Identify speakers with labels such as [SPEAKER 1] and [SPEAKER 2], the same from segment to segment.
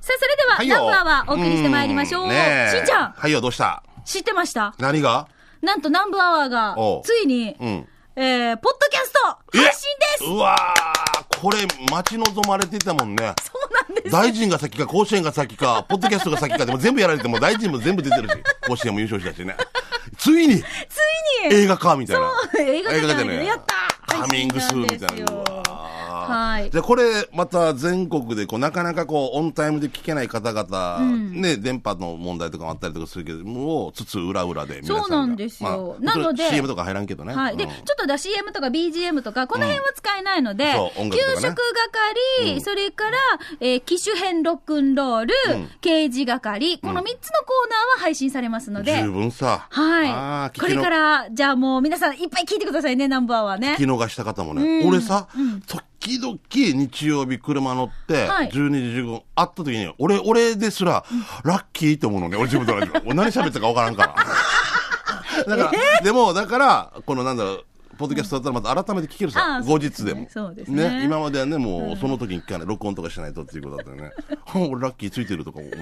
[SPEAKER 1] さあ、それでは、
[SPEAKER 2] はい
[SPEAKER 1] ナン
[SPEAKER 2] よ。
[SPEAKER 1] バーはお送りしてまいりましょう。
[SPEAKER 2] んねえ
[SPEAKER 1] しんちゃん、
[SPEAKER 2] はいよ、どうした
[SPEAKER 1] 知ってました
[SPEAKER 2] 何が
[SPEAKER 1] なんとナンバーアワーが
[SPEAKER 2] おう、
[SPEAKER 1] ついに、
[SPEAKER 2] うん。
[SPEAKER 1] えー、ポッドキャスト、
[SPEAKER 2] え
[SPEAKER 1] 配信です
[SPEAKER 2] うわー、これ、待ち望まれてたもんね。
[SPEAKER 1] そうなんです。
[SPEAKER 2] 大臣が先か、甲子園が先か、ポッドキャストが先か、でも全部やられても、大臣も全部出てるし、甲子園も優勝したしね。ついに、
[SPEAKER 1] ついに、
[SPEAKER 2] 映画化みたいな。
[SPEAKER 1] 映画館
[SPEAKER 2] 映画
[SPEAKER 1] で
[SPEAKER 2] 館でね
[SPEAKER 1] やった
[SPEAKER 2] カミングスーンみた
[SPEAKER 1] 配信
[SPEAKER 2] いな。うん
[SPEAKER 1] ですよ
[SPEAKER 2] わー
[SPEAKER 1] はい
[SPEAKER 2] じゃあこれ、また全国で、こう、なかなかこう、オンタイムで聞けない方々、ね、電波の問題とかもあったりとかするけど、もう、つつ裏裏で皆さが、
[SPEAKER 1] そうなんですよなので
[SPEAKER 2] 本当 CM とか入らんけどね。
[SPEAKER 1] はい。で、
[SPEAKER 2] うん
[SPEAKER 1] ちょっとだ CM とか BGM とか、この辺は使えないので、
[SPEAKER 2] んそう音楽と
[SPEAKER 1] 給
[SPEAKER 2] かね
[SPEAKER 1] 食係、それから、えー機種編ロックンロール、刑事係、この3つのコーナーは配信されますので、
[SPEAKER 2] 十分さ。あ
[SPEAKER 1] は
[SPEAKER 2] ー
[SPEAKER 1] い。これか。ら、じゃあもう皆さんいっぱい聞いてくださいね、ナンバーはね
[SPEAKER 2] 聞き。逃した方も
[SPEAKER 1] う
[SPEAKER 2] ね、
[SPEAKER 1] ん
[SPEAKER 2] 俺さ、時々日曜日車乗って、
[SPEAKER 1] はい
[SPEAKER 2] 12時15分会った時に、俺、俺ですら、ラッキーって思うのね、俺自分と同じ。 俺何喋ったか分からんから。だから、でも、だから、このなんだろう、ポッドキャストだったらまた改めて聞ける
[SPEAKER 1] あ
[SPEAKER 2] さ
[SPEAKER 1] ー、
[SPEAKER 2] 後日でも。
[SPEAKER 1] そうですね
[SPEAKER 2] 今まではね、もうその時に聞かない、録音とかしないとっていうことだったよね。 俺ラッキーついてるとか思う。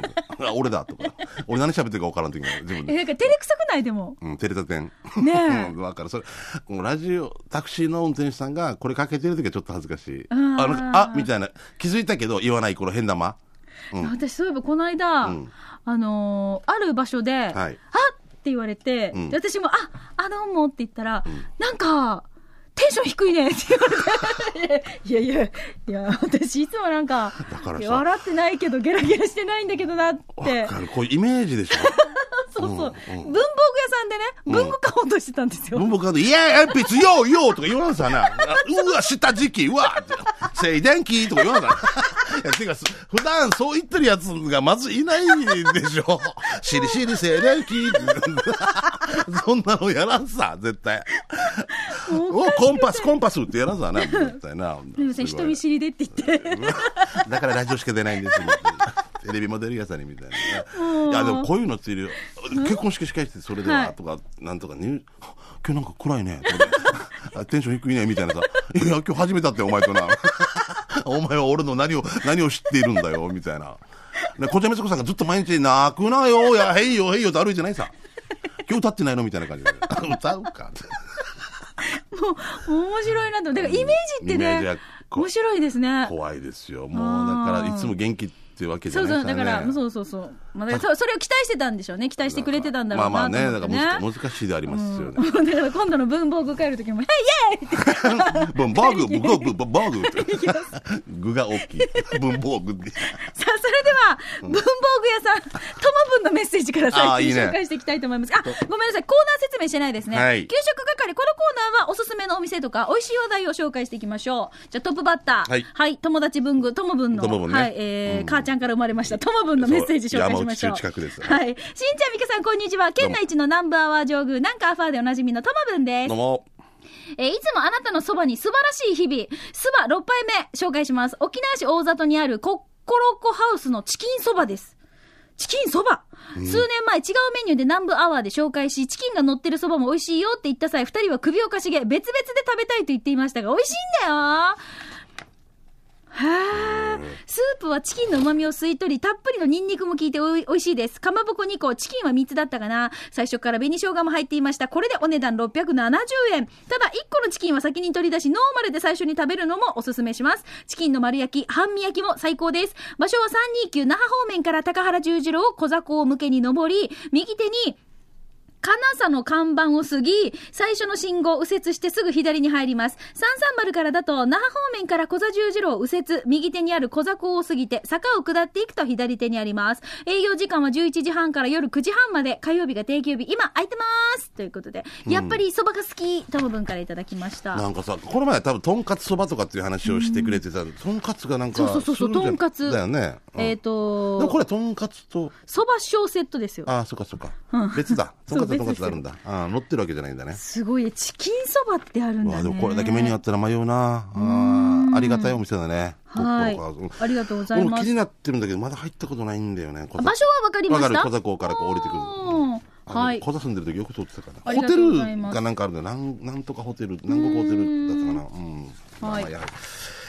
[SPEAKER 2] あ俺だとか。俺何喋ってるか分からん時に、自分で
[SPEAKER 1] え、。なんか照れくさくないでも。
[SPEAKER 2] うん、テレタテン。
[SPEAKER 1] ねえ
[SPEAKER 2] うん、 わかる。それ、もうラジオ、タクシーの運転手さんが、これかけてる時はちょっと恥ずかしい。あ、
[SPEAKER 1] ん
[SPEAKER 2] なんか、あ、みたいな。気づいたけど、言わない、この変な間。うん
[SPEAKER 1] 私、そういえばこの間、
[SPEAKER 2] うん
[SPEAKER 1] あのーある場所で、あっって言われて、
[SPEAKER 2] うん
[SPEAKER 1] で私も、ああ、どうもって言ったら、なんか、テンション低いねって言われて、い やいや、いや、私いつもなんか、
[SPEAKER 2] だからさ
[SPEAKER 1] 笑ってないけど、ゲラゲラしてないんだけどなっ
[SPEAKER 2] わ
[SPEAKER 1] て、
[SPEAKER 2] かる。こういうイメージでしょ。
[SPEAKER 1] そうそう、
[SPEAKER 2] うんう
[SPEAKER 1] 文房
[SPEAKER 2] ん
[SPEAKER 1] 具屋さんでね、文具買おうとしてたんですよ。
[SPEAKER 2] 文房具カード、いやいや、別よ、よとか言わんさな。うわ、下敷き、うわ、静電気とか言わんさな。いや、てか、す普段そう言ってるやつがまずいないでしょ。しりしり静電気って。そんなのやらんさ、絶対。おコンパス、コンパスってやらんさな、絶対な。
[SPEAKER 1] でもさ
[SPEAKER 2] す
[SPEAKER 1] 人
[SPEAKER 2] ごい
[SPEAKER 1] 見知りでって言って。
[SPEAKER 2] だからラジオしか出ないんですよ。テレビも出るやさにみたいな。いや、でもこういうのっているよ。結婚式しかしてそれで
[SPEAKER 1] は
[SPEAKER 2] はいとか、なんとか入、あ今日なんか 暗いね。あテンション低いね、みたいなさ。いや、今日初めてだって、お前とな。 お前は俺の何を、何を知っているんだよ、みたいな。ね、こちゃめつこさんがずっと毎日、泣くなよ、いや、へいよ、へいよって歩いてないさ。今日歌ってないのみたいな感じで。 歌うか。
[SPEAKER 1] もう 面白いなと。だからイメージって
[SPEAKER 2] イメージは
[SPEAKER 1] ね、
[SPEAKER 2] こう
[SPEAKER 1] 面白いですね。
[SPEAKER 2] 怖いですよ。もう、だから、いつも元気ってわけじ
[SPEAKER 1] そ
[SPEAKER 2] ゃ
[SPEAKER 1] う
[SPEAKER 2] ない
[SPEAKER 1] そう、
[SPEAKER 2] さね
[SPEAKER 1] だから、そうそうそう。まあ、だからそうそれを期待してたんでしょうね。期待してくれてたんだろう
[SPEAKER 2] ま
[SPEAKER 1] な
[SPEAKER 2] あま
[SPEAKER 1] と思
[SPEAKER 2] あね、だ
[SPEAKER 1] って
[SPEAKER 2] か
[SPEAKER 1] ね。
[SPEAKER 2] ら難し難しいでありますよね。
[SPEAKER 1] うんだから今度の文房具帰るときも、イエーイって
[SPEAKER 2] 文房具、 文房具、文房具。具が大きい。文房 具って。
[SPEAKER 1] さあ、それでは、文房具屋 さん、ともぶんのメッセージから
[SPEAKER 2] あ
[SPEAKER 1] 最
[SPEAKER 2] ーい
[SPEAKER 1] 近
[SPEAKER 2] いね
[SPEAKER 1] 紹介していきたいと思います。あごめんなさい、コーナー説明してないですね。
[SPEAKER 2] はい
[SPEAKER 1] 給食係、このコーナーはおすすめのお店とか、美味しい話題を紹介していきましょう。じゃあ、トップバッター。は
[SPEAKER 2] はいい。
[SPEAKER 1] 友達文具、ともぶんの。
[SPEAKER 2] ともぶんね
[SPEAKER 1] はい、えー母ちゃんから生まれました、ともぶんのメッセージ紹介しましょう。
[SPEAKER 2] そう山内中近くです
[SPEAKER 1] はい。しんちゃん、みかさん、こんにちは。県内一のナンバーワー上宮、なんかアファーでおなじみのともぶんです
[SPEAKER 2] どう。も。
[SPEAKER 1] えーいつもあなたのそばに素晴らしい日々。そば6杯目紹介します。沖縄市大里にあるコッコロコハウスのチキンそばです。チキンそば、数年前違うメニューで南部アワーで紹介し、チキンが乗ってるそばも美味しいよって言った際、二人は首をかしげ、別々で食べたいと言っていましたが、美味しいんだよはあ、スープはチキンの旨味を吸い取り、たっぷりのニンニクも効いておい美味しいです。かまぼこ2個、チキンは3つだったかな。最初から紅生姜も入っていました。これでお値段670円。ただ、1個のチキンは先に取り出し、ノーマルで最初に食べるのもおすすめします。チキンの丸焼き、半身焼きも最高です。場所は329那覇方面から高原十字路を小雑魚を向けに登り、右手に金沢の看板を過ぎ、最初の信号を右折してすぐ左に入ります。330からだと、那覇方面から小座十字路を右折、右手にある小座港を過ぎて、坂を下っていくと左手にあります。営業時間は11時半から夜9時半まで、火曜日が定休日、今空いてますということで、やっぱり蕎麦が好き、ともぶんからいただきました。
[SPEAKER 2] なんかさ、この前多分、とんかつそばとかっていう話をしてくれてた。とんかつがなんか、
[SPEAKER 1] そうそうそうそう
[SPEAKER 2] するじゃ
[SPEAKER 1] とんかつ
[SPEAKER 2] だよね。うん
[SPEAKER 1] えっ、
[SPEAKER 2] で
[SPEAKER 1] と
[SPEAKER 2] もこれ、とんかつと、
[SPEAKER 1] 蕎麦小セットですよ。
[SPEAKER 2] ああ、そっかそっか。別だ。とんかつととんかつがあるんだ。ああ、乗ってるわけじゃないんだね。
[SPEAKER 1] すごいね、チキン蕎麦ってあるん
[SPEAKER 2] う
[SPEAKER 1] だ
[SPEAKER 2] わ
[SPEAKER 1] ね。
[SPEAKER 2] でもこれだけメニューあったら迷うな。
[SPEAKER 1] う
[SPEAKER 2] あ
[SPEAKER 1] ん
[SPEAKER 2] あ、ありがたいお店だね。
[SPEAKER 1] はい
[SPEAKER 2] ここここ。
[SPEAKER 1] ありがとうござい
[SPEAKER 2] 俺も
[SPEAKER 1] ま
[SPEAKER 2] 気
[SPEAKER 1] す
[SPEAKER 2] に。なってるんだけど、まだ入ったことないんだよね。こ
[SPEAKER 1] 場所はわかりまし
[SPEAKER 2] わ
[SPEAKER 1] た
[SPEAKER 2] かる、小座港からこう降りてくる。
[SPEAKER 1] おー
[SPEAKER 2] あの
[SPEAKER 1] はい。
[SPEAKER 2] 小座住んでる時よく通ってたから
[SPEAKER 1] あ
[SPEAKER 2] ね。
[SPEAKER 1] り
[SPEAKER 2] ホ
[SPEAKER 1] が
[SPEAKER 2] テ
[SPEAKER 1] とうご
[SPEAKER 2] ル
[SPEAKER 1] ざいます
[SPEAKER 2] がなんかあるんだよ。なんなんとかホテル、南国ホテルだったかな。うん。まあまあ
[SPEAKER 1] はい
[SPEAKER 2] やはり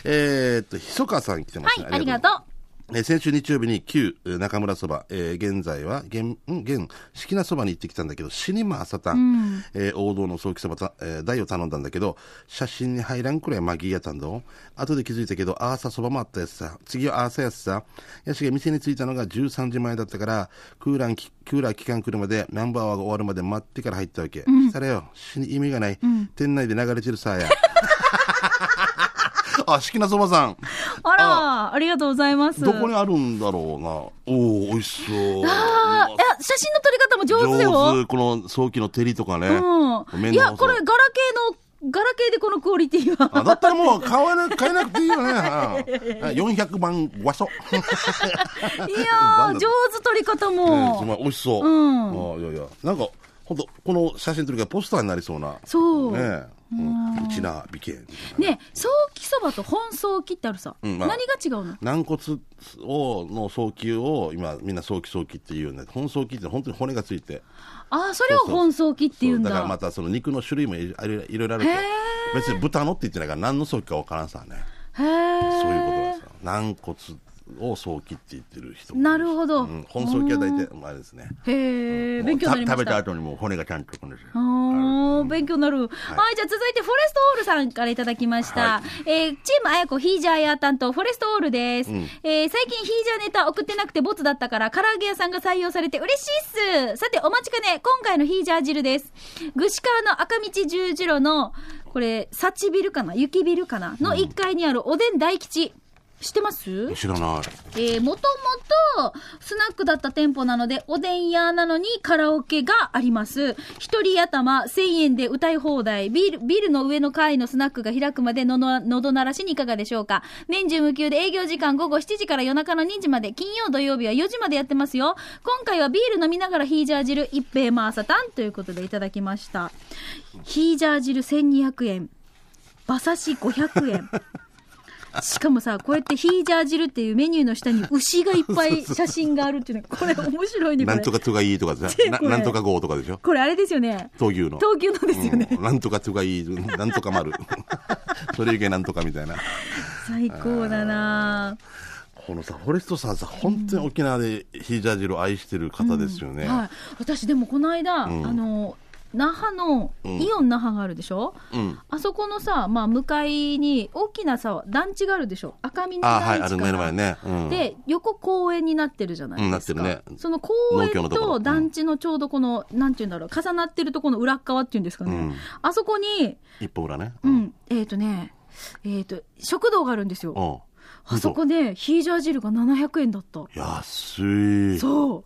[SPEAKER 2] えーっと、ひそかさん来てますね。
[SPEAKER 1] はい、ありがとう。
[SPEAKER 2] えー先週日曜日に旧えー中村そば、えー現在は現、うん、現、四季なそばに行ってきたんだけど、死にま朝たん、えー王道の早期そばた、えー大を頼んだんだけど、写真に入らんくらいマギーやったんだよ。後で気づいたけど、あーさそばもあったやつさ。次はあーさやつさ。やしが店に着いたのが13時前だったから、クーラーき、クーラー期間来るまで、ナンバーワーが終わるまで待ってから入ったわけ。したらよ、死に意味がない。店内で流れてるさや。 あ、四季なそばさん。
[SPEAKER 1] あらありがとうございます。
[SPEAKER 2] どこにあるんだろうな。おお、美味しそう。
[SPEAKER 1] ああ、いや、写真の撮り方も上手よ。
[SPEAKER 2] 上手。この早期の照りとかね。
[SPEAKER 1] うん。いや、これ、ガラケ
[SPEAKER 2] れ。
[SPEAKER 1] ーの、ガラケーでこのクオリティ
[SPEAKER 2] あ
[SPEAKER 1] は。
[SPEAKER 2] だったらもう買わな 買えなくていいよね。うん400番和 所。
[SPEAKER 1] いやー、上手撮り方
[SPEAKER 2] うん、
[SPEAKER 1] も。
[SPEAKER 2] まあ美味しそう。
[SPEAKER 1] ん
[SPEAKER 2] あいやいや、なんか、本当この写真撮りがポスターになりそうな。
[SPEAKER 1] そう
[SPEAKER 2] ねえ。うん。うちな、美形。
[SPEAKER 1] ねえ、早期そばと本早期ってあるさ。
[SPEAKER 2] うん
[SPEAKER 1] 何が
[SPEAKER 2] まあ
[SPEAKER 1] 違うの
[SPEAKER 2] 軟骨を、の早期を、今、みんな早期早期って言うんだけど、本早期って本当に骨がついて。
[SPEAKER 1] ああ、それを本早期って言うん
[SPEAKER 2] そだからま
[SPEAKER 1] だ。
[SPEAKER 2] たその肉の種類もいろいろいろいろあるけど
[SPEAKER 1] へー
[SPEAKER 2] 別に豚のって言ってないから何の早期か分からんさね
[SPEAKER 1] へえ。
[SPEAKER 2] そういうことなんですよ軟骨を早期って言ってる人もいるし
[SPEAKER 1] なるほど
[SPEAKER 2] うん、本早期は大体まああれですね
[SPEAKER 1] へえ、勉強になりま
[SPEAKER 2] もうた
[SPEAKER 1] した
[SPEAKER 2] 食べた。後にもう骨がちゃんとこんですよ
[SPEAKER 1] おー、勉強になる。はい、じゃあ続いて、フォレストオールさんからいただきました。
[SPEAKER 2] はい
[SPEAKER 1] えーチームあやこヒージャーや担当、フォレストオールです。えー最近ヒージャーネタ送ってなくてボツだったから、唐揚げ屋さんが採用されて嬉しいっす。さて、お待ちかね、今回のヒージャー汁です。串からの赤道十字路の、これ、サチビルかな雪ビルかなの1階にあるおでん大吉。知ってます
[SPEAKER 2] 知らない
[SPEAKER 1] えー、もともと、スナックだった店舗なので、おでん屋なのにカラオケがあります。一人頭1000円で歌い放題、ビル、ビルの上の階のスナックが開くまでのの、のどならしにいかがでしょうか。年中無休で営業時間午後7時から夜中の2時まで、金曜土曜日は4時までやってますよ。今回はビール飲みながらヒージャー汁、一平マーサタンということでいただきました。ヒージャー汁1200円。馬刺し500円。しかもさ、こうやってヒージャー汁っていうメニューの下に牛がいっぱい写真があるっていうのこれ面白いね、こ
[SPEAKER 2] なん
[SPEAKER 1] れ
[SPEAKER 2] と。かとがいいとかさ
[SPEAKER 1] で
[SPEAKER 2] な
[SPEAKER 1] これ
[SPEAKER 2] なんとか号とかでしょ
[SPEAKER 1] これあれですよね。
[SPEAKER 2] 闘牛の
[SPEAKER 1] 東急のですよね。
[SPEAKER 2] うんなんとかとがいいなんとか丸 それゆけなんとかみたいな
[SPEAKER 1] 最高だなぁ
[SPEAKER 2] このさフォレストさんさ本当に沖縄でヒージャー汁を愛してる方ですよね、
[SPEAKER 1] はい。私でもこの間、あの、那覇の、
[SPEAKER 2] ん
[SPEAKER 1] イオン那覇があるでしょ、
[SPEAKER 2] うん
[SPEAKER 1] あそこのさ、まあ、向かいに大きなさ、団地があるでしょ赤峰団地
[SPEAKER 2] あ
[SPEAKER 1] かな
[SPEAKER 2] はいある目の前ね、うん、
[SPEAKER 1] で、横公園になってるじゃないですか。
[SPEAKER 2] うんなってるね
[SPEAKER 1] その公
[SPEAKER 2] 農協
[SPEAKER 1] 園
[SPEAKER 2] のとことろ
[SPEAKER 1] 団地のちょうどこの、なんていうんだろう、重なってるところの裏っ側っていうんですかね。
[SPEAKER 2] うん
[SPEAKER 1] あそこに、
[SPEAKER 2] 一歩裏ね
[SPEAKER 1] う、ん、えっ、とね、えっ、と、食堂があるんですよ。
[SPEAKER 2] う
[SPEAKER 1] あ
[SPEAKER 2] ん、
[SPEAKER 1] そこで、ヒージャー汁が700円だった。
[SPEAKER 2] 安いそ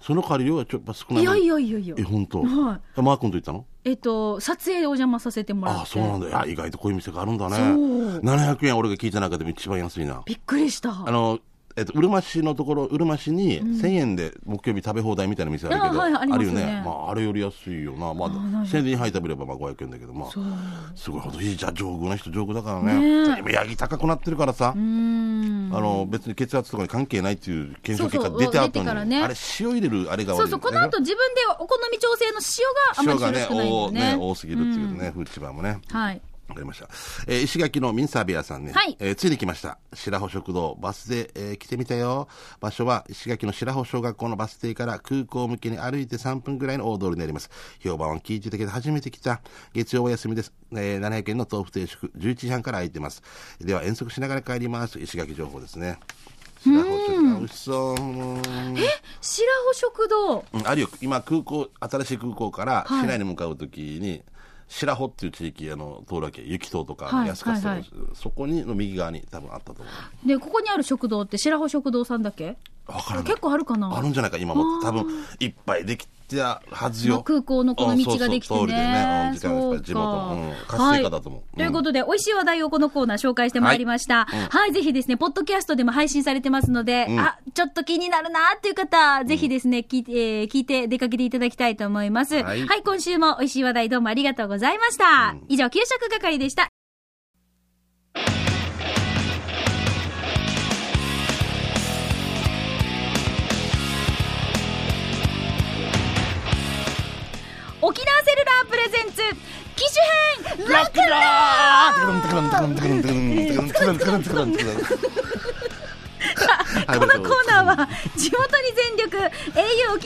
[SPEAKER 1] そ
[SPEAKER 2] の代わり要はちょっと少
[SPEAKER 1] う。
[SPEAKER 2] ない
[SPEAKER 1] いやいやいやいや
[SPEAKER 2] え。本当、
[SPEAKER 1] はい
[SPEAKER 2] えマー君と行ったの
[SPEAKER 1] えっ、と、撮影でお邪魔させてもらって。
[SPEAKER 2] ああそうなんだいや意外とこういう店があるんだね
[SPEAKER 1] そう
[SPEAKER 2] 700円俺が聞いた中でも一番安いな
[SPEAKER 1] びっくりした。
[SPEAKER 2] あのえっと、うるま市のところ、うるま市に1000円で木曜日食べ放題みたいな店あるけど、
[SPEAKER 1] あはいあります
[SPEAKER 2] る
[SPEAKER 1] よ
[SPEAKER 2] よ
[SPEAKER 1] ね
[SPEAKER 2] ね、まあ、あれより安いよな、まあ、1000円に入って食べればまあ500円だけど、まあ、すごいほどいいじゃん、上宮な人、上宮だからね、
[SPEAKER 1] ねえ
[SPEAKER 2] ねヤギ高くなってるからさ、
[SPEAKER 1] うーん。
[SPEAKER 2] あの別に血圧とかに関係ないっていう検証結
[SPEAKER 1] そうそ
[SPEAKER 2] 果
[SPEAKER 1] う
[SPEAKER 2] 出て
[SPEAKER 1] 出て
[SPEAKER 2] 後
[SPEAKER 1] から
[SPEAKER 2] に、
[SPEAKER 1] ね
[SPEAKER 2] あれ塩入れるあれが悪い
[SPEAKER 1] そうそう、この後自分でお好み調整の塩があんまり
[SPEAKER 2] 塩が
[SPEAKER 1] よろ
[SPEAKER 2] ね
[SPEAKER 1] しくないんだ
[SPEAKER 2] 多
[SPEAKER 1] よ
[SPEAKER 2] ね
[SPEAKER 1] ね。
[SPEAKER 2] 多すぎるっていうね、フーチバーもね
[SPEAKER 1] はい。
[SPEAKER 2] わかりました、えー石垣のミンサーベアさんね、
[SPEAKER 1] はい
[SPEAKER 2] えーついに来ました白穂食堂バスで、えー来てみたよ場所は石垣の白穂小学校のバス停から空港向けに歩いて3分ぐらいの大通りになります評判は聞いてたけど初めて来た月曜は休みです、えー700円の豆腐定食11時半から空いてますでは遠足しながら帰ります石垣情報ですね白穂食堂美味しそう
[SPEAKER 1] 白穂食堂。
[SPEAKER 2] うんあるよ今空港新しい空港から
[SPEAKER 1] はい
[SPEAKER 2] 市内に向かうときに、白穂っていう地域あの通るわけ雪島とか、
[SPEAKER 1] はい
[SPEAKER 2] 安かった、
[SPEAKER 1] はいはい
[SPEAKER 2] そこにの右側に多分あったと思う
[SPEAKER 1] で、ここにある食堂って白穂食堂さんだけ
[SPEAKER 2] わからない
[SPEAKER 1] 結構あるかな
[SPEAKER 2] あるんじゃないか今も多分いっぱいできたはず
[SPEAKER 1] ま
[SPEAKER 2] よ
[SPEAKER 1] あ空港のこの道ができてね。
[SPEAKER 2] うんそうそう通りでね、うん、時間が
[SPEAKER 1] そう
[SPEAKER 2] いっぱい
[SPEAKER 1] か
[SPEAKER 2] 地元、うん、活性化だと思う、
[SPEAKER 1] はい
[SPEAKER 2] うん
[SPEAKER 1] ということで、美味しい話題をこのコーナー紹介してまいりました。はい、ぜひですね、ポッドキャストでも配信されてますので、あ、ちょっと気になるなっていう方、ぜひですね、聞いて、えー聞いて出かけていただきたいと思います。は、
[SPEAKER 2] はいい
[SPEAKER 1] 今週も美味しい話題どうもありがとうございました。以上、給食係でした。沖縄セルラープレゼンツ、機種編
[SPEAKER 2] ロックンロールトゥクルントゥクルントゥクルントゥクルントゥクルントゥクルントゥクルントゥクルントゥクルン
[SPEAKER 1] このコーナーは地元に全力 au 沖縄セルラーの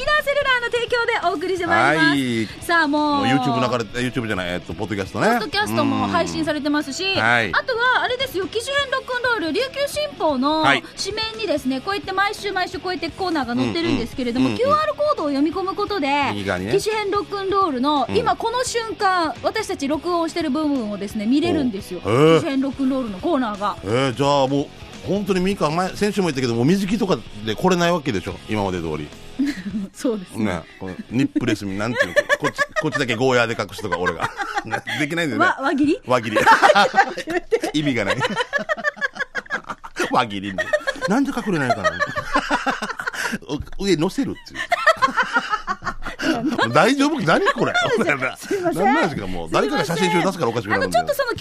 [SPEAKER 1] 提供でお送りしてまいります、
[SPEAKER 2] はい
[SPEAKER 1] さあもう
[SPEAKER 2] もう YouTube 流れて YouTube じゃないえっとポッドキャストね
[SPEAKER 1] ポッドキャストも配信されてますし、
[SPEAKER 2] はい
[SPEAKER 1] あとはあれですよ、機種編ロックンロール、琉球新報の
[SPEAKER 2] はい
[SPEAKER 1] 紙面にですね、こうやって毎週毎週こうやってコーナーが載ってるんですけれども、
[SPEAKER 2] うんうん
[SPEAKER 1] QR コードを読み込むことで、
[SPEAKER 2] 右側にね
[SPEAKER 1] 機種編ロックンロールの、
[SPEAKER 2] ん
[SPEAKER 1] 今この瞬間、私たち録音してる部分をですね、見れるんですよ。機
[SPEAKER 2] おへえ
[SPEAKER 1] 種編ロックンロールのコーナーが。
[SPEAKER 2] えー、じゃあもう本当にミカ前先週も言ったけどもう水着とかで来れないわけでしょ今まで通り
[SPEAKER 1] そうですね。
[SPEAKER 2] ねこのニップレスになんていうの こっちこっちだけゴーヤーで隠すとか俺がねできないんだよね
[SPEAKER 1] わ、輪切り
[SPEAKER 2] 輪切り意味がない輪切りになんで隠れないかなお上乗せる っていう大丈夫大丈夫何これ
[SPEAKER 1] すいません
[SPEAKER 2] なんなんですけどもう誰かが写真中出すからおかしくな
[SPEAKER 1] あ
[SPEAKER 2] る
[SPEAKER 1] の
[SPEAKER 2] ん
[SPEAKER 1] ち
[SPEAKER 2] だ
[SPEAKER 1] ょっ
[SPEAKER 2] よ
[SPEAKER 1] とその QR コー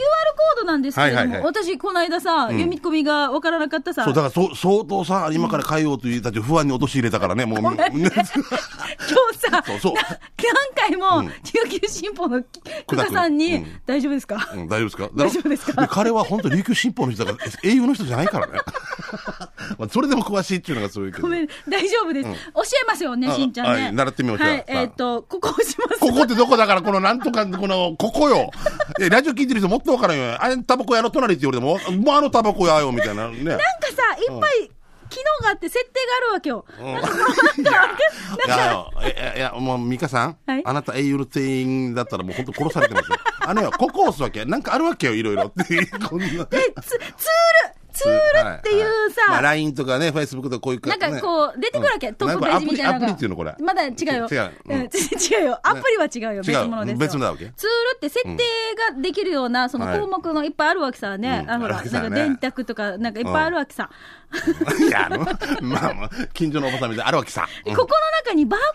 [SPEAKER 1] ドなんですけれども、
[SPEAKER 2] はいはいはい
[SPEAKER 1] 私、この間さ、読み込みがわからなかったさ、
[SPEAKER 2] そう
[SPEAKER 1] 強
[SPEAKER 2] だからそう相当さ今から変えようという人たちを不安に陥れたからねもう
[SPEAKER 1] めんね日さ、
[SPEAKER 2] そうそう
[SPEAKER 1] な何回も、琉球新報の久
[SPEAKER 2] 久
[SPEAKER 1] 賀
[SPEAKER 2] 田君
[SPEAKER 1] さんに、
[SPEAKER 2] うん
[SPEAKER 1] 大丈夫ですか、
[SPEAKER 2] うん、大丈夫ですか
[SPEAKER 1] 大丈夫ですか
[SPEAKER 2] で彼は本当琉球新報の人だから、英雄の人じゃないからね。 まあ、それでも詳しいっていうのがそういうけど
[SPEAKER 1] ご。めん、大丈夫です、教えますよね、
[SPEAKER 2] あ
[SPEAKER 1] しんちゃんね。
[SPEAKER 2] はい習ってみましょう
[SPEAKER 1] は
[SPEAKER 2] はい
[SPEAKER 1] い、えーっと、ここ押します。
[SPEAKER 2] ここってどこだから、このなんとか、この、ここよ。え、ラジオ聞いてる人もっとわからんよ。あれ、タバコ屋の隣って言われても、もうあのタバコ屋よ、みたいなね。
[SPEAKER 1] なんかさ、いっぱい、機能があって、設定があるわけよ。
[SPEAKER 2] うんいや、いや、いや、もう、ミカさん、
[SPEAKER 1] はい
[SPEAKER 2] あなた英雄の店員だったらもう本当殺されてますよ。あのよ、ここ押すわけ。なんかあるわけよ、いろいろ。って いうこんな。
[SPEAKER 1] で、ツツール、ツールっていうさ、
[SPEAKER 2] まあ、LINE とかね、Facebook とかこういう
[SPEAKER 1] なんかこう、出てくるわけ、
[SPEAKER 2] うん
[SPEAKER 1] トップページみたいなのが。
[SPEAKER 2] なんかアプリアプリっていうのこれ
[SPEAKER 1] まだ違うよ。
[SPEAKER 2] 違ううん
[SPEAKER 1] ん 違うよ。アプリは違うよ。別物ですよ。
[SPEAKER 2] 別のだわけ
[SPEAKER 1] ツールって設定ができるような、その
[SPEAKER 2] はい
[SPEAKER 1] 項目がいっぱいあるわけさね。
[SPEAKER 2] うん
[SPEAKER 1] あの、
[SPEAKER 2] あるわ
[SPEAKER 1] なん
[SPEAKER 2] けさね
[SPEAKER 1] か電卓とか、なんかいっぱいあるわけさ。
[SPEAKER 2] いや、あの、まあまあ、近所のおばさんみたいな、あるわけさ。
[SPEAKER 1] ここの中にバーコー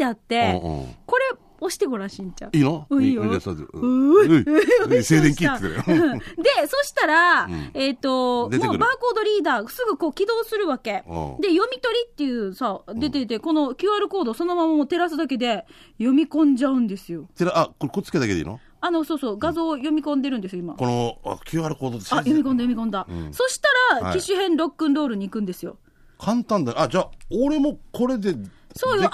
[SPEAKER 1] ドリーダーってあって、
[SPEAKER 2] うんうん
[SPEAKER 1] これ押してごらん、しんちゃん。
[SPEAKER 2] いいの
[SPEAKER 1] うんいいよ。
[SPEAKER 2] いいよじゃあ
[SPEAKER 1] う
[SPEAKER 2] うん
[SPEAKER 1] ー
[SPEAKER 2] うん静電気って言ってたよ
[SPEAKER 1] うん で、そしたら、えっと、もうバ
[SPEAKER 2] 出て
[SPEAKER 1] ー
[SPEAKER 2] くる
[SPEAKER 1] コードリーダー、すぐこう起動するわけ。
[SPEAKER 2] うん
[SPEAKER 1] で、読み取りっていうさ、出てて、この QR コードそのままもう照らすだけで読み込んじゃうんですよ。
[SPEAKER 2] てら、あ、これこっちつけただけでいいの
[SPEAKER 1] あの、そうそう、画像を読み込んでるんですよ、今。
[SPEAKER 2] このあ QR コードで
[SPEAKER 1] あ、読み込んだ、読み込んだ。そしたら、
[SPEAKER 2] はい
[SPEAKER 1] 機種編ロックンロールに行くんですよ。
[SPEAKER 2] 簡単だよ。あ、じゃあ、俺もこれで。
[SPEAKER 1] そうよ、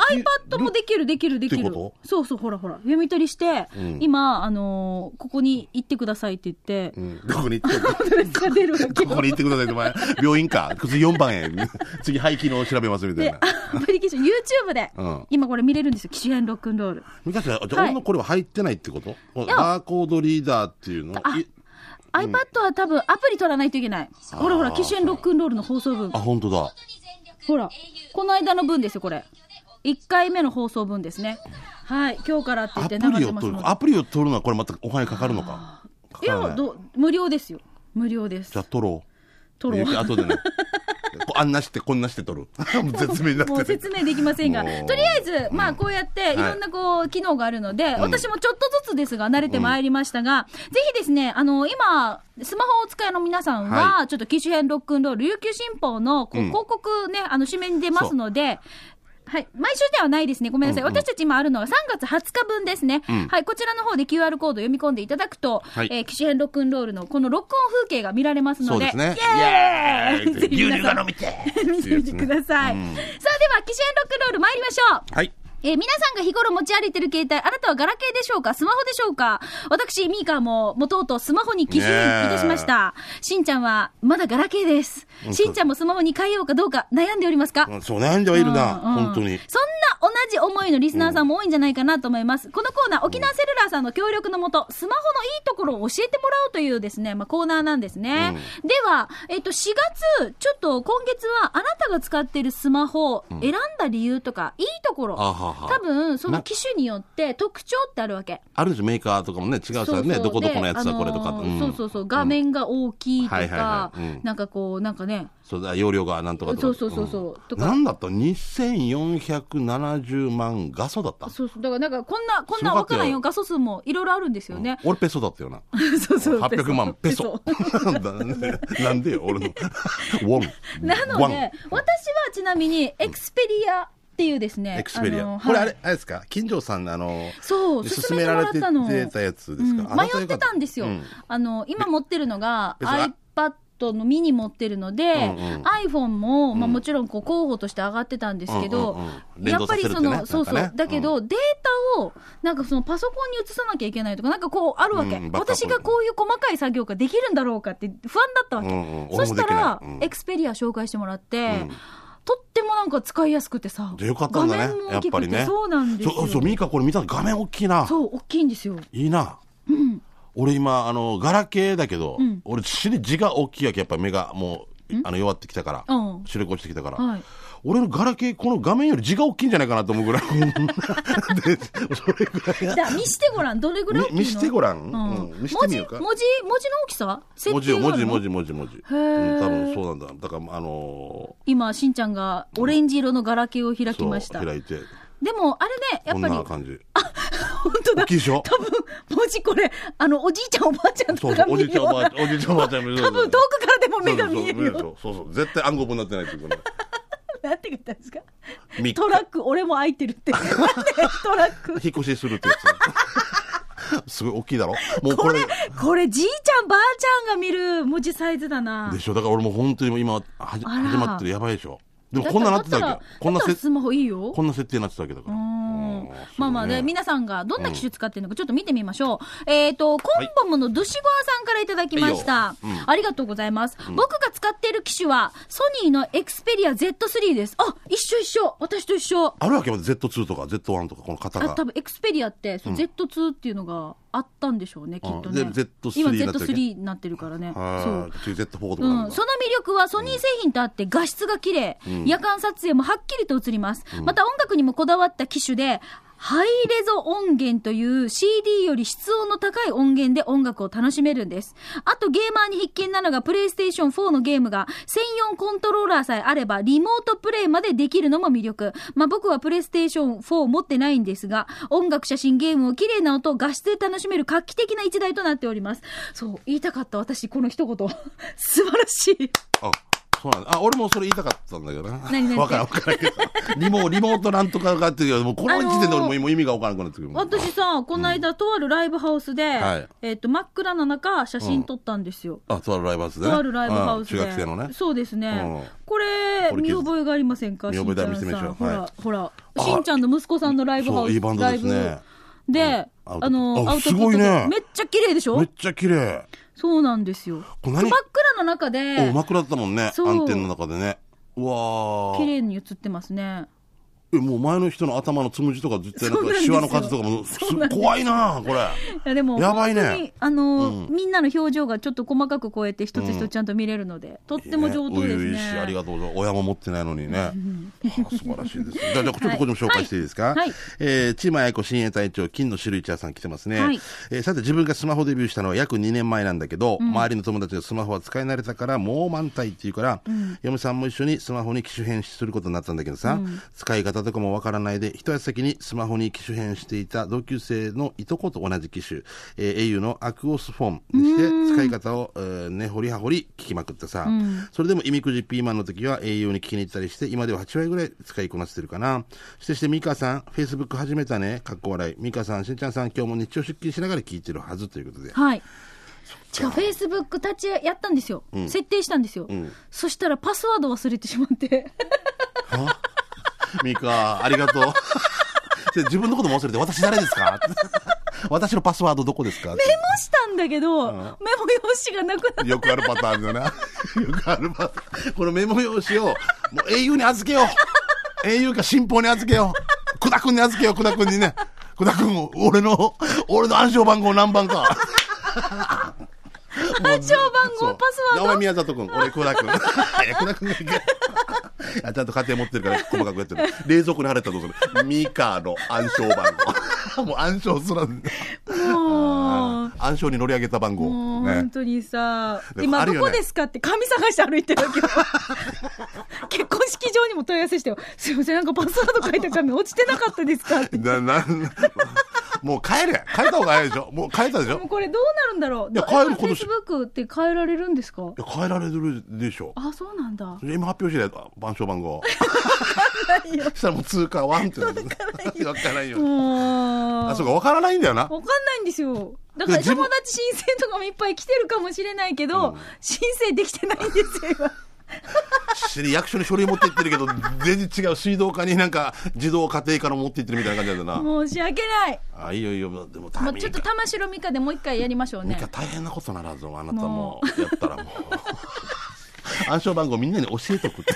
[SPEAKER 1] iPad もできる、できる、でき
[SPEAKER 2] って
[SPEAKER 1] る
[SPEAKER 2] こ。
[SPEAKER 1] そうそう、ほらほら。読み取りして、
[SPEAKER 2] うん
[SPEAKER 1] 今、あのーここに行ってくださいって言って
[SPEAKER 2] う、ん、どこに行って
[SPEAKER 1] アドレスが出るわけ
[SPEAKER 2] ここに行ってくださいって、お前、病院か。次4番へ。次、排気の調べますみたい
[SPEAKER 1] で、
[SPEAKER 2] な。
[SPEAKER 1] アプリケーション、YouTube で、
[SPEAKER 2] うん
[SPEAKER 1] 今これ見れるんですよ、機種編ロックンロール。
[SPEAKER 2] ミカちゃん、じゃあ、
[SPEAKER 1] はい
[SPEAKER 2] 俺のこれは入ってないってことこの
[SPEAKER 1] や
[SPEAKER 2] バーコードリーダーっていうの。い
[SPEAKER 1] iPad は多分アプリ取らないといけない。ほらほら、機種編ロックンロールの放送分
[SPEAKER 2] あ、。本当だ。
[SPEAKER 1] ほら、この間の分ですよ、これ。1回目の放送分ですね。はい、今日からって言
[SPEAKER 2] ア
[SPEAKER 1] って
[SPEAKER 2] プ
[SPEAKER 1] 流れ
[SPEAKER 2] リ
[SPEAKER 1] て
[SPEAKER 2] を
[SPEAKER 1] ま
[SPEAKER 2] 取
[SPEAKER 1] す
[SPEAKER 2] る
[SPEAKER 1] ので。
[SPEAKER 2] アプリを取るのはこれまたお金かかるのかか
[SPEAKER 1] い
[SPEAKER 2] からな
[SPEAKER 1] や
[SPEAKER 2] い
[SPEAKER 1] ど、無料ですよ。無料です
[SPEAKER 2] じゃ。あ取ろう
[SPEAKER 1] 取ろう
[SPEAKER 2] あとでね こあんなしてこんなして 取るもう絶命になって
[SPEAKER 1] もう説明できませんが、
[SPEAKER 2] もう
[SPEAKER 1] とりあえず、まあ、こうやって、いろんなこう、機能があるので、私もちょっとずつですが、慣れてまいりましたが、ぜひですね、あの、今、スマホをお使いの皆さんは、ちょっと機種編ロックンロール、琉球新報の、こう、
[SPEAKER 2] うん
[SPEAKER 1] 広告ね、あの、紙面に出ますので、はい。毎週ではないですね。ごめんなさい。私たち今あるのは3月20日分ですね。
[SPEAKER 2] ん
[SPEAKER 1] はい。こちらの方で QR コード読み込んでいただくと、
[SPEAKER 2] はい
[SPEAKER 1] えー機種編ロックンロールのこの録音風景が見られます
[SPEAKER 2] そ
[SPEAKER 1] の
[SPEAKER 2] う
[SPEAKER 1] で、
[SPEAKER 2] ですね
[SPEAKER 1] イエーイぜ
[SPEAKER 2] 牛
[SPEAKER 1] ひ皆
[SPEAKER 2] 乳
[SPEAKER 1] さん
[SPEAKER 2] が飲みてえ
[SPEAKER 1] 見てみてください。さあ、では、機種
[SPEAKER 2] うん
[SPEAKER 1] 編ロックンロール参りましょう。
[SPEAKER 2] はい
[SPEAKER 1] えー皆さんが日頃持ち歩いてる携帯、あなたはガラケーでしょうかスマホでしょうか私、ミーカーも、もうとうとうスマホに機種変いたしました。しんちゃんは、まだガラケーです。
[SPEAKER 2] うん
[SPEAKER 1] しんちゃんもスマホに変えようかどうか悩んでおりますか、
[SPEAKER 2] うんそう悩んではいるな
[SPEAKER 1] うんうん
[SPEAKER 2] 本当に
[SPEAKER 1] そんな同じ思いのリスナーさんも多いんじゃないかなと思います。このコーナー、沖縄セルラーさんの協力のもと、スマホのいいところを教えてもらおうというですね、まあ、コーナーなんですね。では、えっと、4月、ちょっと今月は、あなたが使っているスマホを選んだ理由とか、いいところ、
[SPEAKER 2] あはは
[SPEAKER 1] 多分、その機種によって特徴ってあるわけ。
[SPEAKER 2] あるでしょメーカーとかもね違う
[SPEAKER 1] そ
[SPEAKER 2] さ
[SPEAKER 1] う
[SPEAKER 2] ね
[SPEAKER 1] そう
[SPEAKER 2] どこどこのやつ
[SPEAKER 1] で
[SPEAKER 2] はこれとか
[SPEAKER 1] あの
[SPEAKER 2] う
[SPEAKER 1] ー
[SPEAKER 2] ん
[SPEAKER 1] そうそうそう、画面が大きいと
[SPEAKER 2] はいはい
[SPEAKER 1] か
[SPEAKER 2] は、いうん
[SPEAKER 1] なんかこう、なんかね、
[SPEAKER 2] そうだ容量がなんとかとか
[SPEAKER 1] そうそうそうそうとか
[SPEAKER 2] なんだった2470万画素だった
[SPEAKER 1] そうそう、だからなんかこんな、こん
[SPEAKER 2] すごかった
[SPEAKER 1] なわか
[SPEAKER 2] よ
[SPEAKER 1] らんよ、画素数もいろいろあるんですよね。
[SPEAKER 2] 俺ペソだったよな
[SPEAKER 1] そうそう。
[SPEAKER 2] 800万ペソ なんでよ俺の ウォン
[SPEAKER 1] なの
[SPEAKER 2] ワン
[SPEAKER 1] で、私はちなみに、エクスペリアっていうですね。
[SPEAKER 2] エクスペリア、
[SPEAKER 1] あの
[SPEAKER 2] これあ
[SPEAKER 1] は
[SPEAKER 2] れ
[SPEAKER 1] い
[SPEAKER 2] あれですか金城さんあの
[SPEAKER 1] そう、勧
[SPEAKER 2] 勧
[SPEAKER 1] めて
[SPEAKER 2] め
[SPEAKER 1] も
[SPEAKER 2] ら
[SPEAKER 1] ら
[SPEAKER 2] れ
[SPEAKER 1] ってたの。
[SPEAKER 2] 出たやつですか、
[SPEAKER 1] うん迷ってたんですよ、
[SPEAKER 2] うん
[SPEAKER 1] あの今持ってるのが
[SPEAKER 2] 別に
[SPEAKER 1] iPad トのミニ持ってるので、
[SPEAKER 2] んうん
[SPEAKER 1] iPhone も、まあ、もちろんこう候補として上がってたんですけど、
[SPEAKER 2] うんうんうん連
[SPEAKER 1] や
[SPEAKER 2] 動
[SPEAKER 1] っ
[SPEAKER 2] さ
[SPEAKER 1] ぱ
[SPEAKER 2] せ
[SPEAKER 1] り
[SPEAKER 2] るって
[SPEAKER 1] そ
[SPEAKER 2] ね
[SPEAKER 1] の、そうそう、
[SPEAKER 2] なんかね
[SPEAKER 1] だけど、データをなんかそのパソコンに移さなきゃいけないとか、なんかこうあるわけ、
[SPEAKER 2] うんバックアップ
[SPEAKER 1] 私がこういう細かい作業ができるんだろうかって不安だったわけ、
[SPEAKER 2] うんうん俺も
[SPEAKER 1] そしたら
[SPEAKER 2] できない、うん
[SPEAKER 1] エクスペリア紹介してもらって、
[SPEAKER 2] ん
[SPEAKER 1] とってもなんか使いやすくてさ、
[SPEAKER 2] でよかったんだね
[SPEAKER 1] 画面も大きくて、
[SPEAKER 2] やっぱりね
[SPEAKER 1] そうなんですよ
[SPEAKER 2] そう、そう、ミカこれ見たら画面大きいな。
[SPEAKER 1] そう、大きいんですよ。
[SPEAKER 2] いいな。俺今、あの、ガラケーだけど、俺、尻字が大きいわけ、やっぱ目がもう、あの、弱ってきたから
[SPEAKER 1] うん、
[SPEAKER 2] 視力落ちてきたから、
[SPEAKER 1] はい
[SPEAKER 2] 俺のガラケー、この画面より字が大きいんじゃないかなと思う ぐらい。でそれぐらい。
[SPEAKER 1] だ見してごらん、どれぐらい大きいの
[SPEAKER 2] み見してごらん
[SPEAKER 1] うん
[SPEAKER 2] うん見してみようか
[SPEAKER 1] 文字、文字、文字の大きさ設
[SPEAKER 2] 文字
[SPEAKER 1] 定
[SPEAKER 2] よ、
[SPEAKER 1] があ
[SPEAKER 2] 文字、
[SPEAKER 1] るの
[SPEAKER 2] 文字、文字、文字。うん多分そうなんだ。だから、あの
[SPEAKER 1] 今、しんちゃんがオレンジ色のガラケーを開
[SPEAKER 2] ー、
[SPEAKER 1] きました。
[SPEAKER 2] そう、開いて、
[SPEAKER 1] でも、あれね、や
[SPEAKER 2] こ
[SPEAKER 1] っ
[SPEAKER 2] ん
[SPEAKER 1] ぱり、
[SPEAKER 2] な
[SPEAKER 1] 本
[SPEAKER 2] 感じ。
[SPEAKER 1] 当だ
[SPEAKER 2] 大。きいでしょ
[SPEAKER 1] 多分、文字これ、あの、おじいちゃんおばあちゃん
[SPEAKER 2] そ
[SPEAKER 1] と
[SPEAKER 2] う
[SPEAKER 1] か
[SPEAKER 2] そう、お
[SPEAKER 1] 見
[SPEAKER 2] じい
[SPEAKER 1] る
[SPEAKER 2] ちゃん、
[SPEAKER 1] よ
[SPEAKER 2] おば
[SPEAKER 1] うな
[SPEAKER 2] あちゃん、おじいちゃん、おばあちゃん。
[SPEAKER 1] 多分、遠くからでも目が見えるよ。
[SPEAKER 2] そうそうそうそうそう絶対暗号文になってないって ことだ
[SPEAKER 1] なんて言ったんですか
[SPEAKER 2] 三日
[SPEAKER 1] トラック、俺も空いてるって。なんでトラック。
[SPEAKER 2] 引っ越しするってやつすごい大き いだろもうこ
[SPEAKER 1] こ
[SPEAKER 2] れ
[SPEAKER 1] れ、これ、じいちゃんばあちゃんが見る文字サイズだな
[SPEAKER 2] で。しょだから俺もう本当にもう今はじ
[SPEAKER 1] あら
[SPEAKER 2] 始まってるやばいでしょでもこんななってた
[SPEAKER 1] だ
[SPEAKER 2] わ
[SPEAKER 1] っ
[SPEAKER 2] け
[SPEAKER 1] ら
[SPEAKER 2] よこんな
[SPEAKER 1] だったら
[SPEAKER 2] せ
[SPEAKER 1] スマホいいよ。
[SPEAKER 2] こんな設定になってたわけだから
[SPEAKER 1] うん
[SPEAKER 2] うん
[SPEAKER 1] まあまあね、
[SPEAKER 2] そう
[SPEAKER 1] 皆さんがどんな機種使ってるのかちょっと見てみましょう。えっ、と、コンボムのドゥシゴアさんからいただきました。
[SPEAKER 2] はいようん
[SPEAKER 1] ありがとうございます、僕が使ってる機種は、ソニーのエクスペリア Z3 です。あ、一緒一緒私と一緒
[SPEAKER 2] あるわけよ Z2 とか Z1 とかこの型
[SPEAKER 1] あ、
[SPEAKER 2] が
[SPEAKER 1] 多分エクスペリアって、そう Z2 っていうのがあったんでしょうね、きっとね。
[SPEAKER 2] うんで Z3
[SPEAKER 1] 今
[SPEAKER 2] になってるわけ
[SPEAKER 1] Z3 になってるからね。そう
[SPEAKER 2] はい次 Z4 とかある
[SPEAKER 1] うんん、
[SPEAKER 2] だ
[SPEAKER 1] その魅力はソニー製品とあって画質が綺麗、夜間撮影もはっきりと映ります、また音楽にもこだわった機種でハイレゾ音源という CD より室音の高い音源で音楽を楽しめるんです。あとゲーマーに必見なのがプレイステーション4のゲームが専用コントローラーさえあればリモートプレイまでできるのも魅力。まあ僕はプレイステーション4を持ってないんですが、音楽、写真、ゲームを綺麗な音を画質で楽しめる画期的な一台となっております。そう、言いたかった私、この一言。 素晴らしい。
[SPEAKER 2] あそうなんだあ俺もそれ言いたかったんだけどな
[SPEAKER 1] 何何
[SPEAKER 2] 分からん分からんけどリモリモートなんとかがっていうけどもうこの時点で俺もうもう意味が分からなくなってくるもん
[SPEAKER 1] 私さ、この間、とあるライブハウスで、
[SPEAKER 2] はい
[SPEAKER 1] えっ、と、真っ暗な中、写真撮ったんですよ。
[SPEAKER 2] あとあるライブハウスでね
[SPEAKER 1] とあるライブハウスで。
[SPEAKER 2] うん中学生のね
[SPEAKER 1] そうですね。
[SPEAKER 2] うん
[SPEAKER 1] これ、
[SPEAKER 2] これ
[SPEAKER 1] 見覚えがありませんか
[SPEAKER 2] 見覚えだ
[SPEAKER 1] しんちゃんさん
[SPEAKER 2] 見せて
[SPEAKER 1] ほ
[SPEAKER 2] みましょう
[SPEAKER 1] ら
[SPEAKER 2] は、
[SPEAKER 1] ほら、
[SPEAKER 2] あ
[SPEAKER 1] しんちゃんの息子さんのライブハウ
[SPEAKER 2] そう
[SPEAKER 1] ス。
[SPEAKER 2] いいバンドですね
[SPEAKER 1] ライブで、
[SPEAKER 2] うんアウト
[SPEAKER 1] あの、
[SPEAKER 2] あ
[SPEAKER 1] アウトプット
[SPEAKER 2] すごいね
[SPEAKER 1] めっちゃ綺麗でし
[SPEAKER 2] め
[SPEAKER 1] ょ
[SPEAKER 2] っちゃ綺麗
[SPEAKER 1] そうなんですよ。
[SPEAKER 2] これ
[SPEAKER 1] 真っ
[SPEAKER 2] 何
[SPEAKER 1] 暗の中で、
[SPEAKER 2] おうまくなったもんね
[SPEAKER 1] そう
[SPEAKER 2] 暗転の中でねうわ
[SPEAKER 1] 綺
[SPEAKER 2] ー
[SPEAKER 1] 麗に映ってますね。
[SPEAKER 2] えもう前の人の頭のつむじとか絶対なん
[SPEAKER 1] そうなん
[SPEAKER 2] か
[SPEAKER 1] です
[SPEAKER 2] シ
[SPEAKER 1] よ
[SPEAKER 2] ワの数とかもす
[SPEAKER 1] そうなんです
[SPEAKER 2] 怖いなこれ
[SPEAKER 1] いやでも
[SPEAKER 2] やばいね
[SPEAKER 1] 本当にあの、みんなの表情がちょっと細かく超えて一つ一つちゃんと見れるので、とっても上手です
[SPEAKER 2] い
[SPEAKER 1] ね。
[SPEAKER 2] いね初々しいありがとうございます親も持ってないのにねはあ素晴らしいですじゃあじゃあちょっとこっちも紹介していいですか、
[SPEAKER 1] はいはい
[SPEAKER 2] えー、チーマヤ子親衛隊長金の種類茶屋さん来てますね、
[SPEAKER 1] はい
[SPEAKER 2] えーさて自分がスマホデビューしたのは約2年前なんだけど、周りの友達がスマホは使い慣れたからもう満体っていうから、嫁さんも一緒にスマホに機種変することになったんだけどさ、使い方とかもわからないで一足先にスマホに機種変していた同級生のいとこと同じ機種、えー、au のアクオスフォンにして使い方を、えー根掘り葉掘り聞きまくってさ、それでもいみくじピーマンの時は au に聞きに行ったりして今では8割ぐらい使いこなしてるかなしてしてミカさん Facebook 始めたねかっこ笑いミカさんしんちゃんさん今日も日曜出勤しながら聞いてるはずということ で
[SPEAKER 1] はい。違う、フェイスブック立ちやったんですよ。設定したんですよ、そしたらパスワード忘れてしま って。
[SPEAKER 2] ミカ、ありがとう。で自分のことも忘れて、私誰ですか 私のパスワードどこですかって
[SPEAKER 1] メモしたんだけど、メモ用紙がなくなっ
[SPEAKER 2] よくあるパターンだな。よくあるパターン。このメモ用紙を、もう英雄に預けよう。英雄か新報に預けよう。久田君に預けよう、久田君にね。久田君、俺の、俺の暗証番号何番か。
[SPEAKER 1] 暗証番号、パスワード
[SPEAKER 2] お前宮里君、俺久田 君。いや、久田君がいけ。いやちゃんと家庭持ってるから細かくやってる。冷蔵庫に貼れたらどうするミカの暗証番号。 もう暗証すらん。
[SPEAKER 1] もう。
[SPEAKER 2] 暗証に乗り上げた番
[SPEAKER 1] も
[SPEAKER 2] 号。
[SPEAKER 1] う本
[SPEAKER 2] ね。
[SPEAKER 1] 当にさ、
[SPEAKER 2] でも
[SPEAKER 1] 今
[SPEAKER 2] ある
[SPEAKER 1] ど
[SPEAKER 2] よね
[SPEAKER 1] こですかって紙探して歩いてるわ けよ結婚式場にも問い合わせしてよ。すいません、なんかパスワード書いた紙落ちてなかったですかって。
[SPEAKER 2] な、な、もう帰れ。変えた方が早いでしょ。もう変えたでし
[SPEAKER 1] も
[SPEAKER 2] ょ
[SPEAKER 1] う。これどうなるんだろう。
[SPEAKER 2] いや
[SPEAKER 1] ど
[SPEAKER 2] 変える
[SPEAKER 1] フ
[SPEAKER 2] 今
[SPEAKER 1] ェイス
[SPEAKER 2] 年
[SPEAKER 1] ブックって変えられるんですか
[SPEAKER 2] いや変えられるでしょ。
[SPEAKER 1] あ、そうなんだ。
[SPEAKER 2] 今発表してない暗証番号。
[SPEAKER 1] ないよ。
[SPEAKER 2] そしたらもう通貨ワンってなる。わからんよ。
[SPEAKER 1] もう。
[SPEAKER 2] あ、そうか、わからないんだよな。
[SPEAKER 1] わかんないんですよ。だから
[SPEAKER 2] いや自
[SPEAKER 1] 友
[SPEAKER 2] 分
[SPEAKER 1] 達申請とかもいっぱい来てるかもしれないけど、申請できてないんですよ、 今。
[SPEAKER 2] し役所に書類持って行ってるけど、全然違う。水道課になんか、児童家庭科の持って行ってるみたいな感じなんだよな。
[SPEAKER 1] 申し訳ない。
[SPEAKER 2] あ、いいよいいよ。でも、
[SPEAKER 1] も
[SPEAKER 2] タ
[SPEAKER 1] う
[SPEAKER 2] ミ
[SPEAKER 1] ちょっ
[SPEAKER 2] ー
[SPEAKER 1] と
[SPEAKER 2] か。
[SPEAKER 1] 玉城美香でもう一回やりましょう
[SPEAKER 2] ミ
[SPEAKER 1] ね
[SPEAKER 2] カ。大変なことならず、あなたも、やったらもう。暗証番号みんなに教えとくって。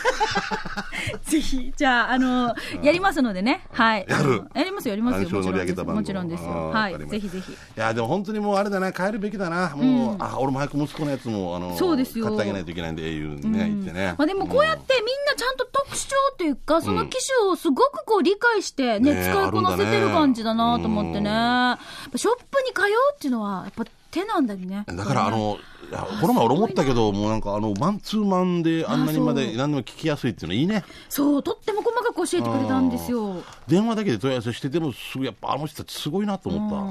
[SPEAKER 1] ぜひ。じゃあ、あの、やりますのでね。はい。
[SPEAKER 2] やる
[SPEAKER 1] やりますよ、やりますよ。
[SPEAKER 2] 暗証乗り上げた番号
[SPEAKER 1] もちろんですよ。
[SPEAKER 2] あー
[SPEAKER 1] は
[SPEAKER 2] わかり
[SPEAKER 1] い。
[SPEAKER 2] ま
[SPEAKER 1] ぜ
[SPEAKER 2] し
[SPEAKER 1] ひ
[SPEAKER 2] た
[SPEAKER 1] ぜひ。
[SPEAKER 2] いやでも本当にもうあれだな帰るべきだなもう、あ俺も早く息子のやつもあの
[SPEAKER 1] そうですよ
[SPEAKER 2] 買ってあげないといけないんで英雄にね、行ってね、
[SPEAKER 1] まあでもこうやってみんなちゃんと特徴というか、その機種をすごくこう理解してね、
[SPEAKER 2] ねえ
[SPEAKER 1] 使いこなせてる感じだなと思ってね。や
[SPEAKER 2] あ
[SPEAKER 1] っぱショップに通うっていうのは、やっぱ手なんだね。
[SPEAKER 2] だからあの、いやこの前俺思ったけど、もうなんかあの、マンツーマンであんなにま
[SPEAKER 1] あそ
[SPEAKER 2] で
[SPEAKER 1] う
[SPEAKER 2] 何でも聞きやすいっていうのいいね。
[SPEAKER 1] そう、とっても細かく教えてくれたんですよ。
[SPEAKER 2] 電話だけで問い合わせしてても、すぐやっぱあの人たちすごいなと思った。う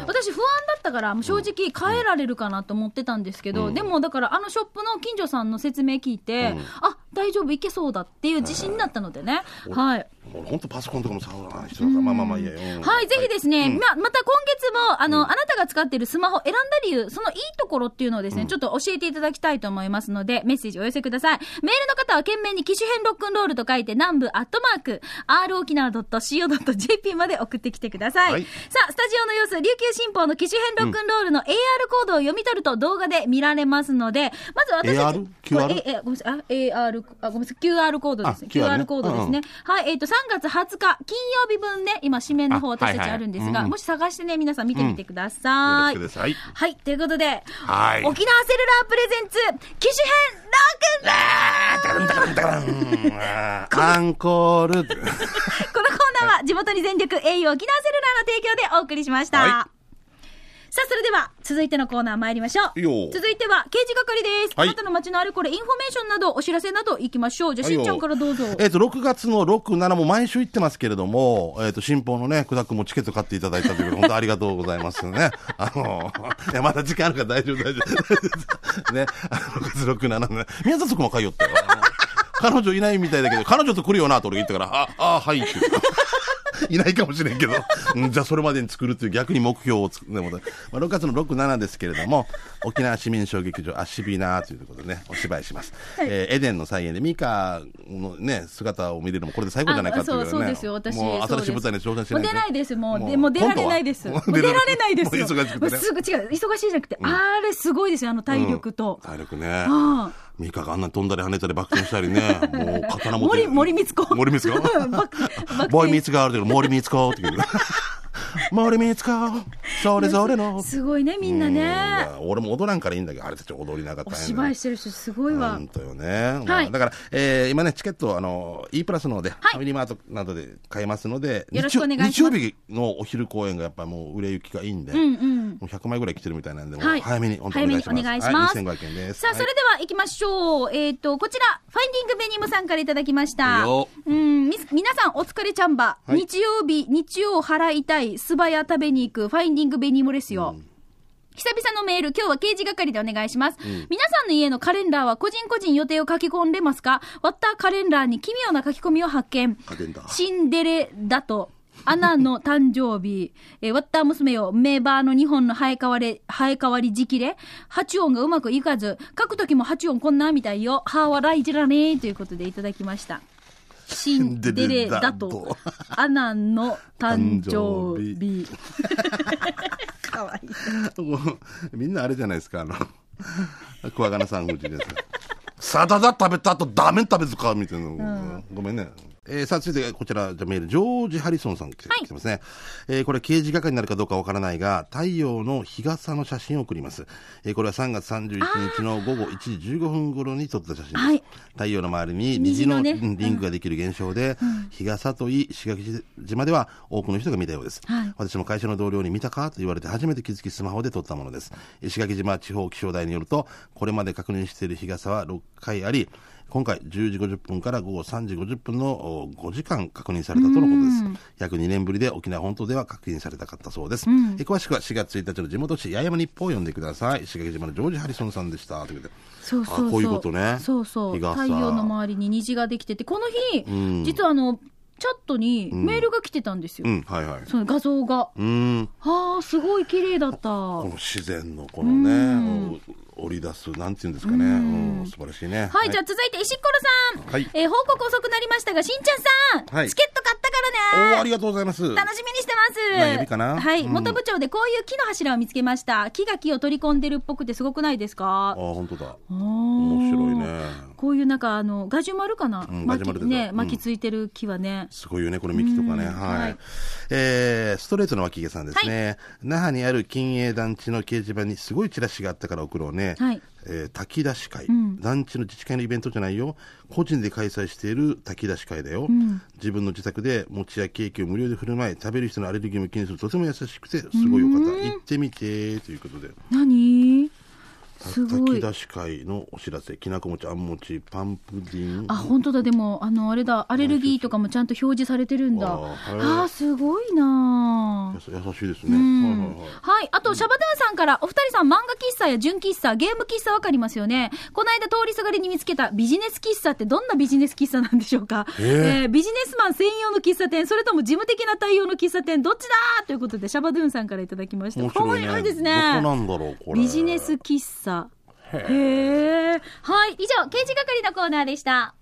[SPEAKER 2] ん
[SPEAKER 1] 私不安だったから、もう正直帰られるかなと思ってたんですけど、でもだからあのショップの近所さんの説明聞いて、あ、大丈夫いけそうだっていう自信になったのでね。はい。
[SPEAKER 2] 俺ほんとパソコンとかも触らない人だから、まあまあまあいいや。うん
[SPEAKER 1] はい、ぜひですね、ま、また今月も、あの、あなたが使っているスマホ選んだ理由、そのいいところっていうのをですね、ちょっと教えていただきたいと思いますので、メッセージお寄せください。メールの方は懸命に機種編ロックンロールと書いて、南部アットマーク、r 沖縄 .co.jp まで送ってきてください。
[SPEAKER 2] はい
[SPEAKER 1] さあ、スタジオの様子、琉球新報の機種編ロックンロールの AR コードを読み取ると動画で見られますので、まず私たち
[SPEAKER 2] AR、QR
[SPEAKER 1] ええ、ごめんなさい、あ、AR、あ、ごめんなさい、QR コードですね。
[SPEAKER 2] あ QR ね
[SPEAKER 1] QR コードですね。はい、えっ、と、3月20日、金曜日分ね、今、紙面の方、
[SPEAKER 2] あ
[SPEAKER 1] 私た
[SPEAKER 2] はい
[SPEAKER 1] ち
[SPEAKER 2] はい
[SPEAKER 1] あるんですが、
[SPEAKER 2] うん
[SPEAKER 1] もし探してね、皆さん見てみてください。
[SPEAKER 2] よろしくですはい
[SPEAKER 1] はい、ということで、
[SPEAKER 2] はい
[SPEAKER 1] 沖縄セルラープレゼンツ、機種編ロックン
[SPEAKER 2] あーダランダランダランあーアンコール。
[SPEAKER 1] このコーナーは、地元に全力、英雄沖縄セルラーの提供でお送りしました。
[SPEAKER 2] はい
[SPEAKER 1] さあ、それでは、続いてのコーナー参りましょう。
[SPEAKER 2] いいよ
[SPEAKER 1] 続いては、刑事係です。
[SPEAKER 2] はい
[SPEAKER 1] あなたの街のあれこれ、インフォメーションなど、お知らせなど行きましょう。じゃあ、しんちゃんからどうぞ。
[SPEAKER 2] えっ、と、6月の6、7も毎週行ってますけれども、えっ、と、新報のね、久田君もチケット買っていただいたということで、本当ありがとうございますね。 あの、いや、まだ時間あるから大丈夫、大丈夫。 ね、あの6月6、7ね。宮里君も通ったよ。あの彼女いないみたいだけど、彼女と来るよな、と俺が言ったから、あ、あ、はい、って言った いないかもしれんけど、うんじゃあそれまでに作るという逆に目標を作る、でもねまあ、6月の6、7ですけれども、沖縄市民小劇場、アシビナーということでね、お芝居します。えーエデンの再現で、ミカのね、姿を見れるのもこれで最後じゃないかっていう
[SPEAKER 1] あ
[SPEAKER 2] ぐらいね。
[SPEAKER 1] そうそうですよ、私。
[SPEAKER 2] もう
[SPEAKER 1] そうで
[SPEAKER 2] 新しい舞台に挑戦して
[SPEAKER 1] も
[SPEAKER 2] な
[SPEAKER 1] う
[SPEAKER 2] い
[SPEAKER 1] 出ないです、もう。でも
[SPEAKER 2] も
[SPEAKER 1] う
[SPEAKER 2] う
[SPEAKER 1] 出られないです。
[SPEAKER 2] 今
[SPEAKER 1] も
[SPEAKER 2] 度
[SPEAKER 1] う
[SPEAKER 2] は
[SPEAKER 1] 出られないですよ。
[SPEAKER 2] もう忙しくてね
[SPEAKER 1] もうすぐ違う、忙しいじゃなくて、あれすごいですよ、あの体力と。
[SPEAKER 2] 体力ね。
[SPEAKER 1] あ
[SPEAKER 2] ミカがあんなに飛んだり跳ねたり爆転したりね、もう刀
[SPEAKER 1] あ
[SPEAKER 2] 持って
[SPEAKER 1] 森、。森光子。
[SPEAKER 2] 森 光子
[SPEAKER 1] うんバックバック
[SPEAKER 2] ボーイミーツガールだけど、森光子って言う。 森光子、それぞれの。
[SPEAKER 1] すごいね、みんなね。
[SPEAKER 2] うん俺も踊らんからいいんだけど、あれたち踊りなかっ
[SPEAKER 1] お
[SPEAKER 2] たらね
[SPEAKER 1] 芝居してる人すごいわ
[SPEAKER 2] 本。当よね。まあ
[SPEAKER 1] はい
[SPEAKER 2] だから、えー今ね、チケット、あの、E プラスの方で、ファミリーマートなどで買えますので、
[SPEAKER 1] よろしくお願いします
[SPEAKER 2] 日曜日日曜日のお昼公演がやっぱもう売れ行きがいいんで、
[SPEAKER 1] うんうん。
[SPEAKER 2] もう100枚ぐらい来てるみたいなんで、もう
[SPEAKER 1] はい。
[SPEAKER 2] 早めに本当
[SPEAKER 1] 早
[SPEAKER 2] に
[SPEAKER 1] め
[SPEAKER 2] お願
[SPEAKER 1] に
[SPEAKER 2] いし
[SPEAKER 1] お
[SPEAKER 2] ま
[SPEAKER 1] 願い
[SPEAKER 2] す。
[SPEAKER 1] します。
[SPEAKER 2] はい、2500円です。
[SPEAKER 1] さあ、それでは行きましょう。えっ、と、こちら、ファインディングメニュームさんからいただきました。
[SPEAKER 2] いいよ
[SPEAKER 1] うん、み、皆さんお疲れちゃんば。
[SPEAKER 2] はい
[SPEAKER 1] 日曜日、日曜払いたい、素早食べに行く、ファインディングベニームですよ。久々のメール、今日は刑事係でお願いします。皆さんの家のカレンダーは個人個人予定を書き込んでますか割ったカレンダーに奇妙な書き込みを発見。
[SPEAKER 2] 家電だ
[SPEAKER 1] シンデレだと。アナの誕生 日、えー、ワッター娘よ、メーバーの日本の生え変われ、生え変わり時期で、八音がうまくいかず、書くときも八音こんなみたいよ、はーはライジラねーということでいただきました。シンデレだと、アナの誕生 日。かわいい。
[SPEAKER 2] もうみんなあれじゃないですか、あの、クワガナさん口です。サダダ食べた後ダメ食べずかみたいな、ごめんね。えーさあ、続いてこちら、じゃあメール、ジョージ・ハリソンさん来て,、
[SPEAKER 1] はい
[SPEAKER 2] ますね。えーこれ、刑事係になるかどうかわからないが、太陽の日傘の写真を送ります。えーこれは3月31日の午後1時15分頃に撮った写真です。
[SPEAKER 1] はい
[SPEAKER 2] 太陽の周りに虹
[SPEAKER 1] 虹の
[SPEAKER 2] の
[SPEAKER 1] ね
[SPEAKER 2] うんリンクができる現象で、日傘といい石垣島では多くの人が見たようです。
[SPEAKER 1] はい
[SPEAKER 2] 私も会社の同僚に見たかと言われて初めて気づきスマホで撮ったものです。石垣島地方気象台によると、これまで確認している日傘は6回あり、今回10時50分から午後3時50分のお5時間確認されたとのことです。約2年ぶりで沖縄本島では確認されたかったそうです。え詳しくは4月1日の地元紙、八重山日報を読んでください。石垣島のジョージ・ハリソンさんでした。ということで。
[SPEAKER 1] そうそうそう
[SPEAKER 2] あこういうことね
[SPEAKER 1] そうそう
[SPEAKER 2] 日
[SPEAKER 1] 太
[SPEAKER 2] 傘
[SPEAKER 1] 陽の周りに虹ができててこの日、
[SPEAKER 2] ん
[SPEAKER 1] 実はあのチャットにメールが来てたんですよ、
[SPEAKER 2] うん、はいはい。
[SPEAKER 1] その画像が
[SPEAKER 2] うん。
[SPEAKER 1] ああすごい綺麗だった
[SPEAKER 2] この自然のこのね、お織り出す、なんていうんですかね。うん、素晴らしいね。
[SPEAKER 1] はい、じゃあ続いて石ころさん。
[SPEAKER 2] はい
[SPEAKER 1] えー報告遅くなりましたが、しんちゃんさん、
[SPEAKER 2] はい
[SPEAKER 1] チケット買った
[SPEAKER 2] お
[SPEAKER 1] からね
[SPEAKER 2] ーありがとうございます。
[SPEAKER 1] 楽しみにしてます。
[SPEAKER 2] 何曜日かな
[SPEAKER 1] はい、
[SPEAKER 2] うん
[SPEAKER 1] 元部長でこういう木の柱を見つけました。木が木を取り込んでるっぽくてすごくないです
[SPEAKER 2] あ
[SPEAKER 1] か
[SPEAKER 2] あ、本当だ。面
[SPEAKER 1] 面
[SPEAKER 2] 白い。ね。
[SPEAKER 1] こういうなんかあの、ガジュマルかな、
[SPEAKER 2] うんガ
[SPEAKER 1] 巻
[SPEAKER 2] ジュマル
[SPEAKER 1] き
[SPEAKER 2] 出た
[SPEAKER 1] ね、
[SPEAKER 2] うん
[SPEAKER 1] 巻きついてる木はね。
[SPEAKER 2] すごいよね、この幹とかね。
[SPEAKER 1] うん
[SPEAKER 2] はい。
[SPEAKER 1] はい
[SPEAKER 2] えー、ストレートの脇毛さんですね。那覇にある金営団地の掲示板にすごいチラシがあったから送ろうね。
[SPEAKER 1] はい
[SPEAKER 2] えー炊き出し会、
[SPEAKER 1] ん
[SPEAKER 2] 団地の自治会のイベントじゃないよ。個人で開催している炊き出し会だよ。自分の自宅で餅やケーキを無料で振る舞い、食べる人のアレルギーも気にするとても優しくて、すごいよかった。行ってみて、ということで。
[SPEAKER 1] 何すご
[SPEAKER 2] 炊き
[SPEAKER 1] い。
[SPEAKER 2] 出し会のお知らせ。きなこ餅、あん餅、パンプディン。
[SPEAKER 1] あ、本当だ。でも、あの、あれだ、アレルギーとかもちゃんと表示されてるんだ。
[SPEAKER 2] あ
[SPEAKER 1] あ
[SPEAKER 2] ーはい
[SPEAKER 1] あー、すごいなー
[SPEAKER 2] やさ優しいですね。はいはいはい。
[SPEAKER 1] はい。あと、シャバドゥンさんから、お二人さん、漫画喫茶や純喫茶、ゲーム喫茶わかりますよね。この間通りすがりに見つけたビジネス喫茶ってどんなビジネス喫茶なんでしょうか、え
[SPEAKER 2] えー
[SPEAKER 1] ービジネスマン専用の喫茶店、それとも事務的な対応の喫茶店、どっちだということで、シャバドゥンさんからいただきました。
[SPEAKER 2] 面白いね。
[SPEAKER 1] これです
[SPEAKER 2] どこ
[SPEAKER 1] ね。
[SPEAKER 2] なんだろう、これ。
[SPEAKER 1] ビジネス。喫茶。へえ。はい。以上、刑事係のコーナーでした。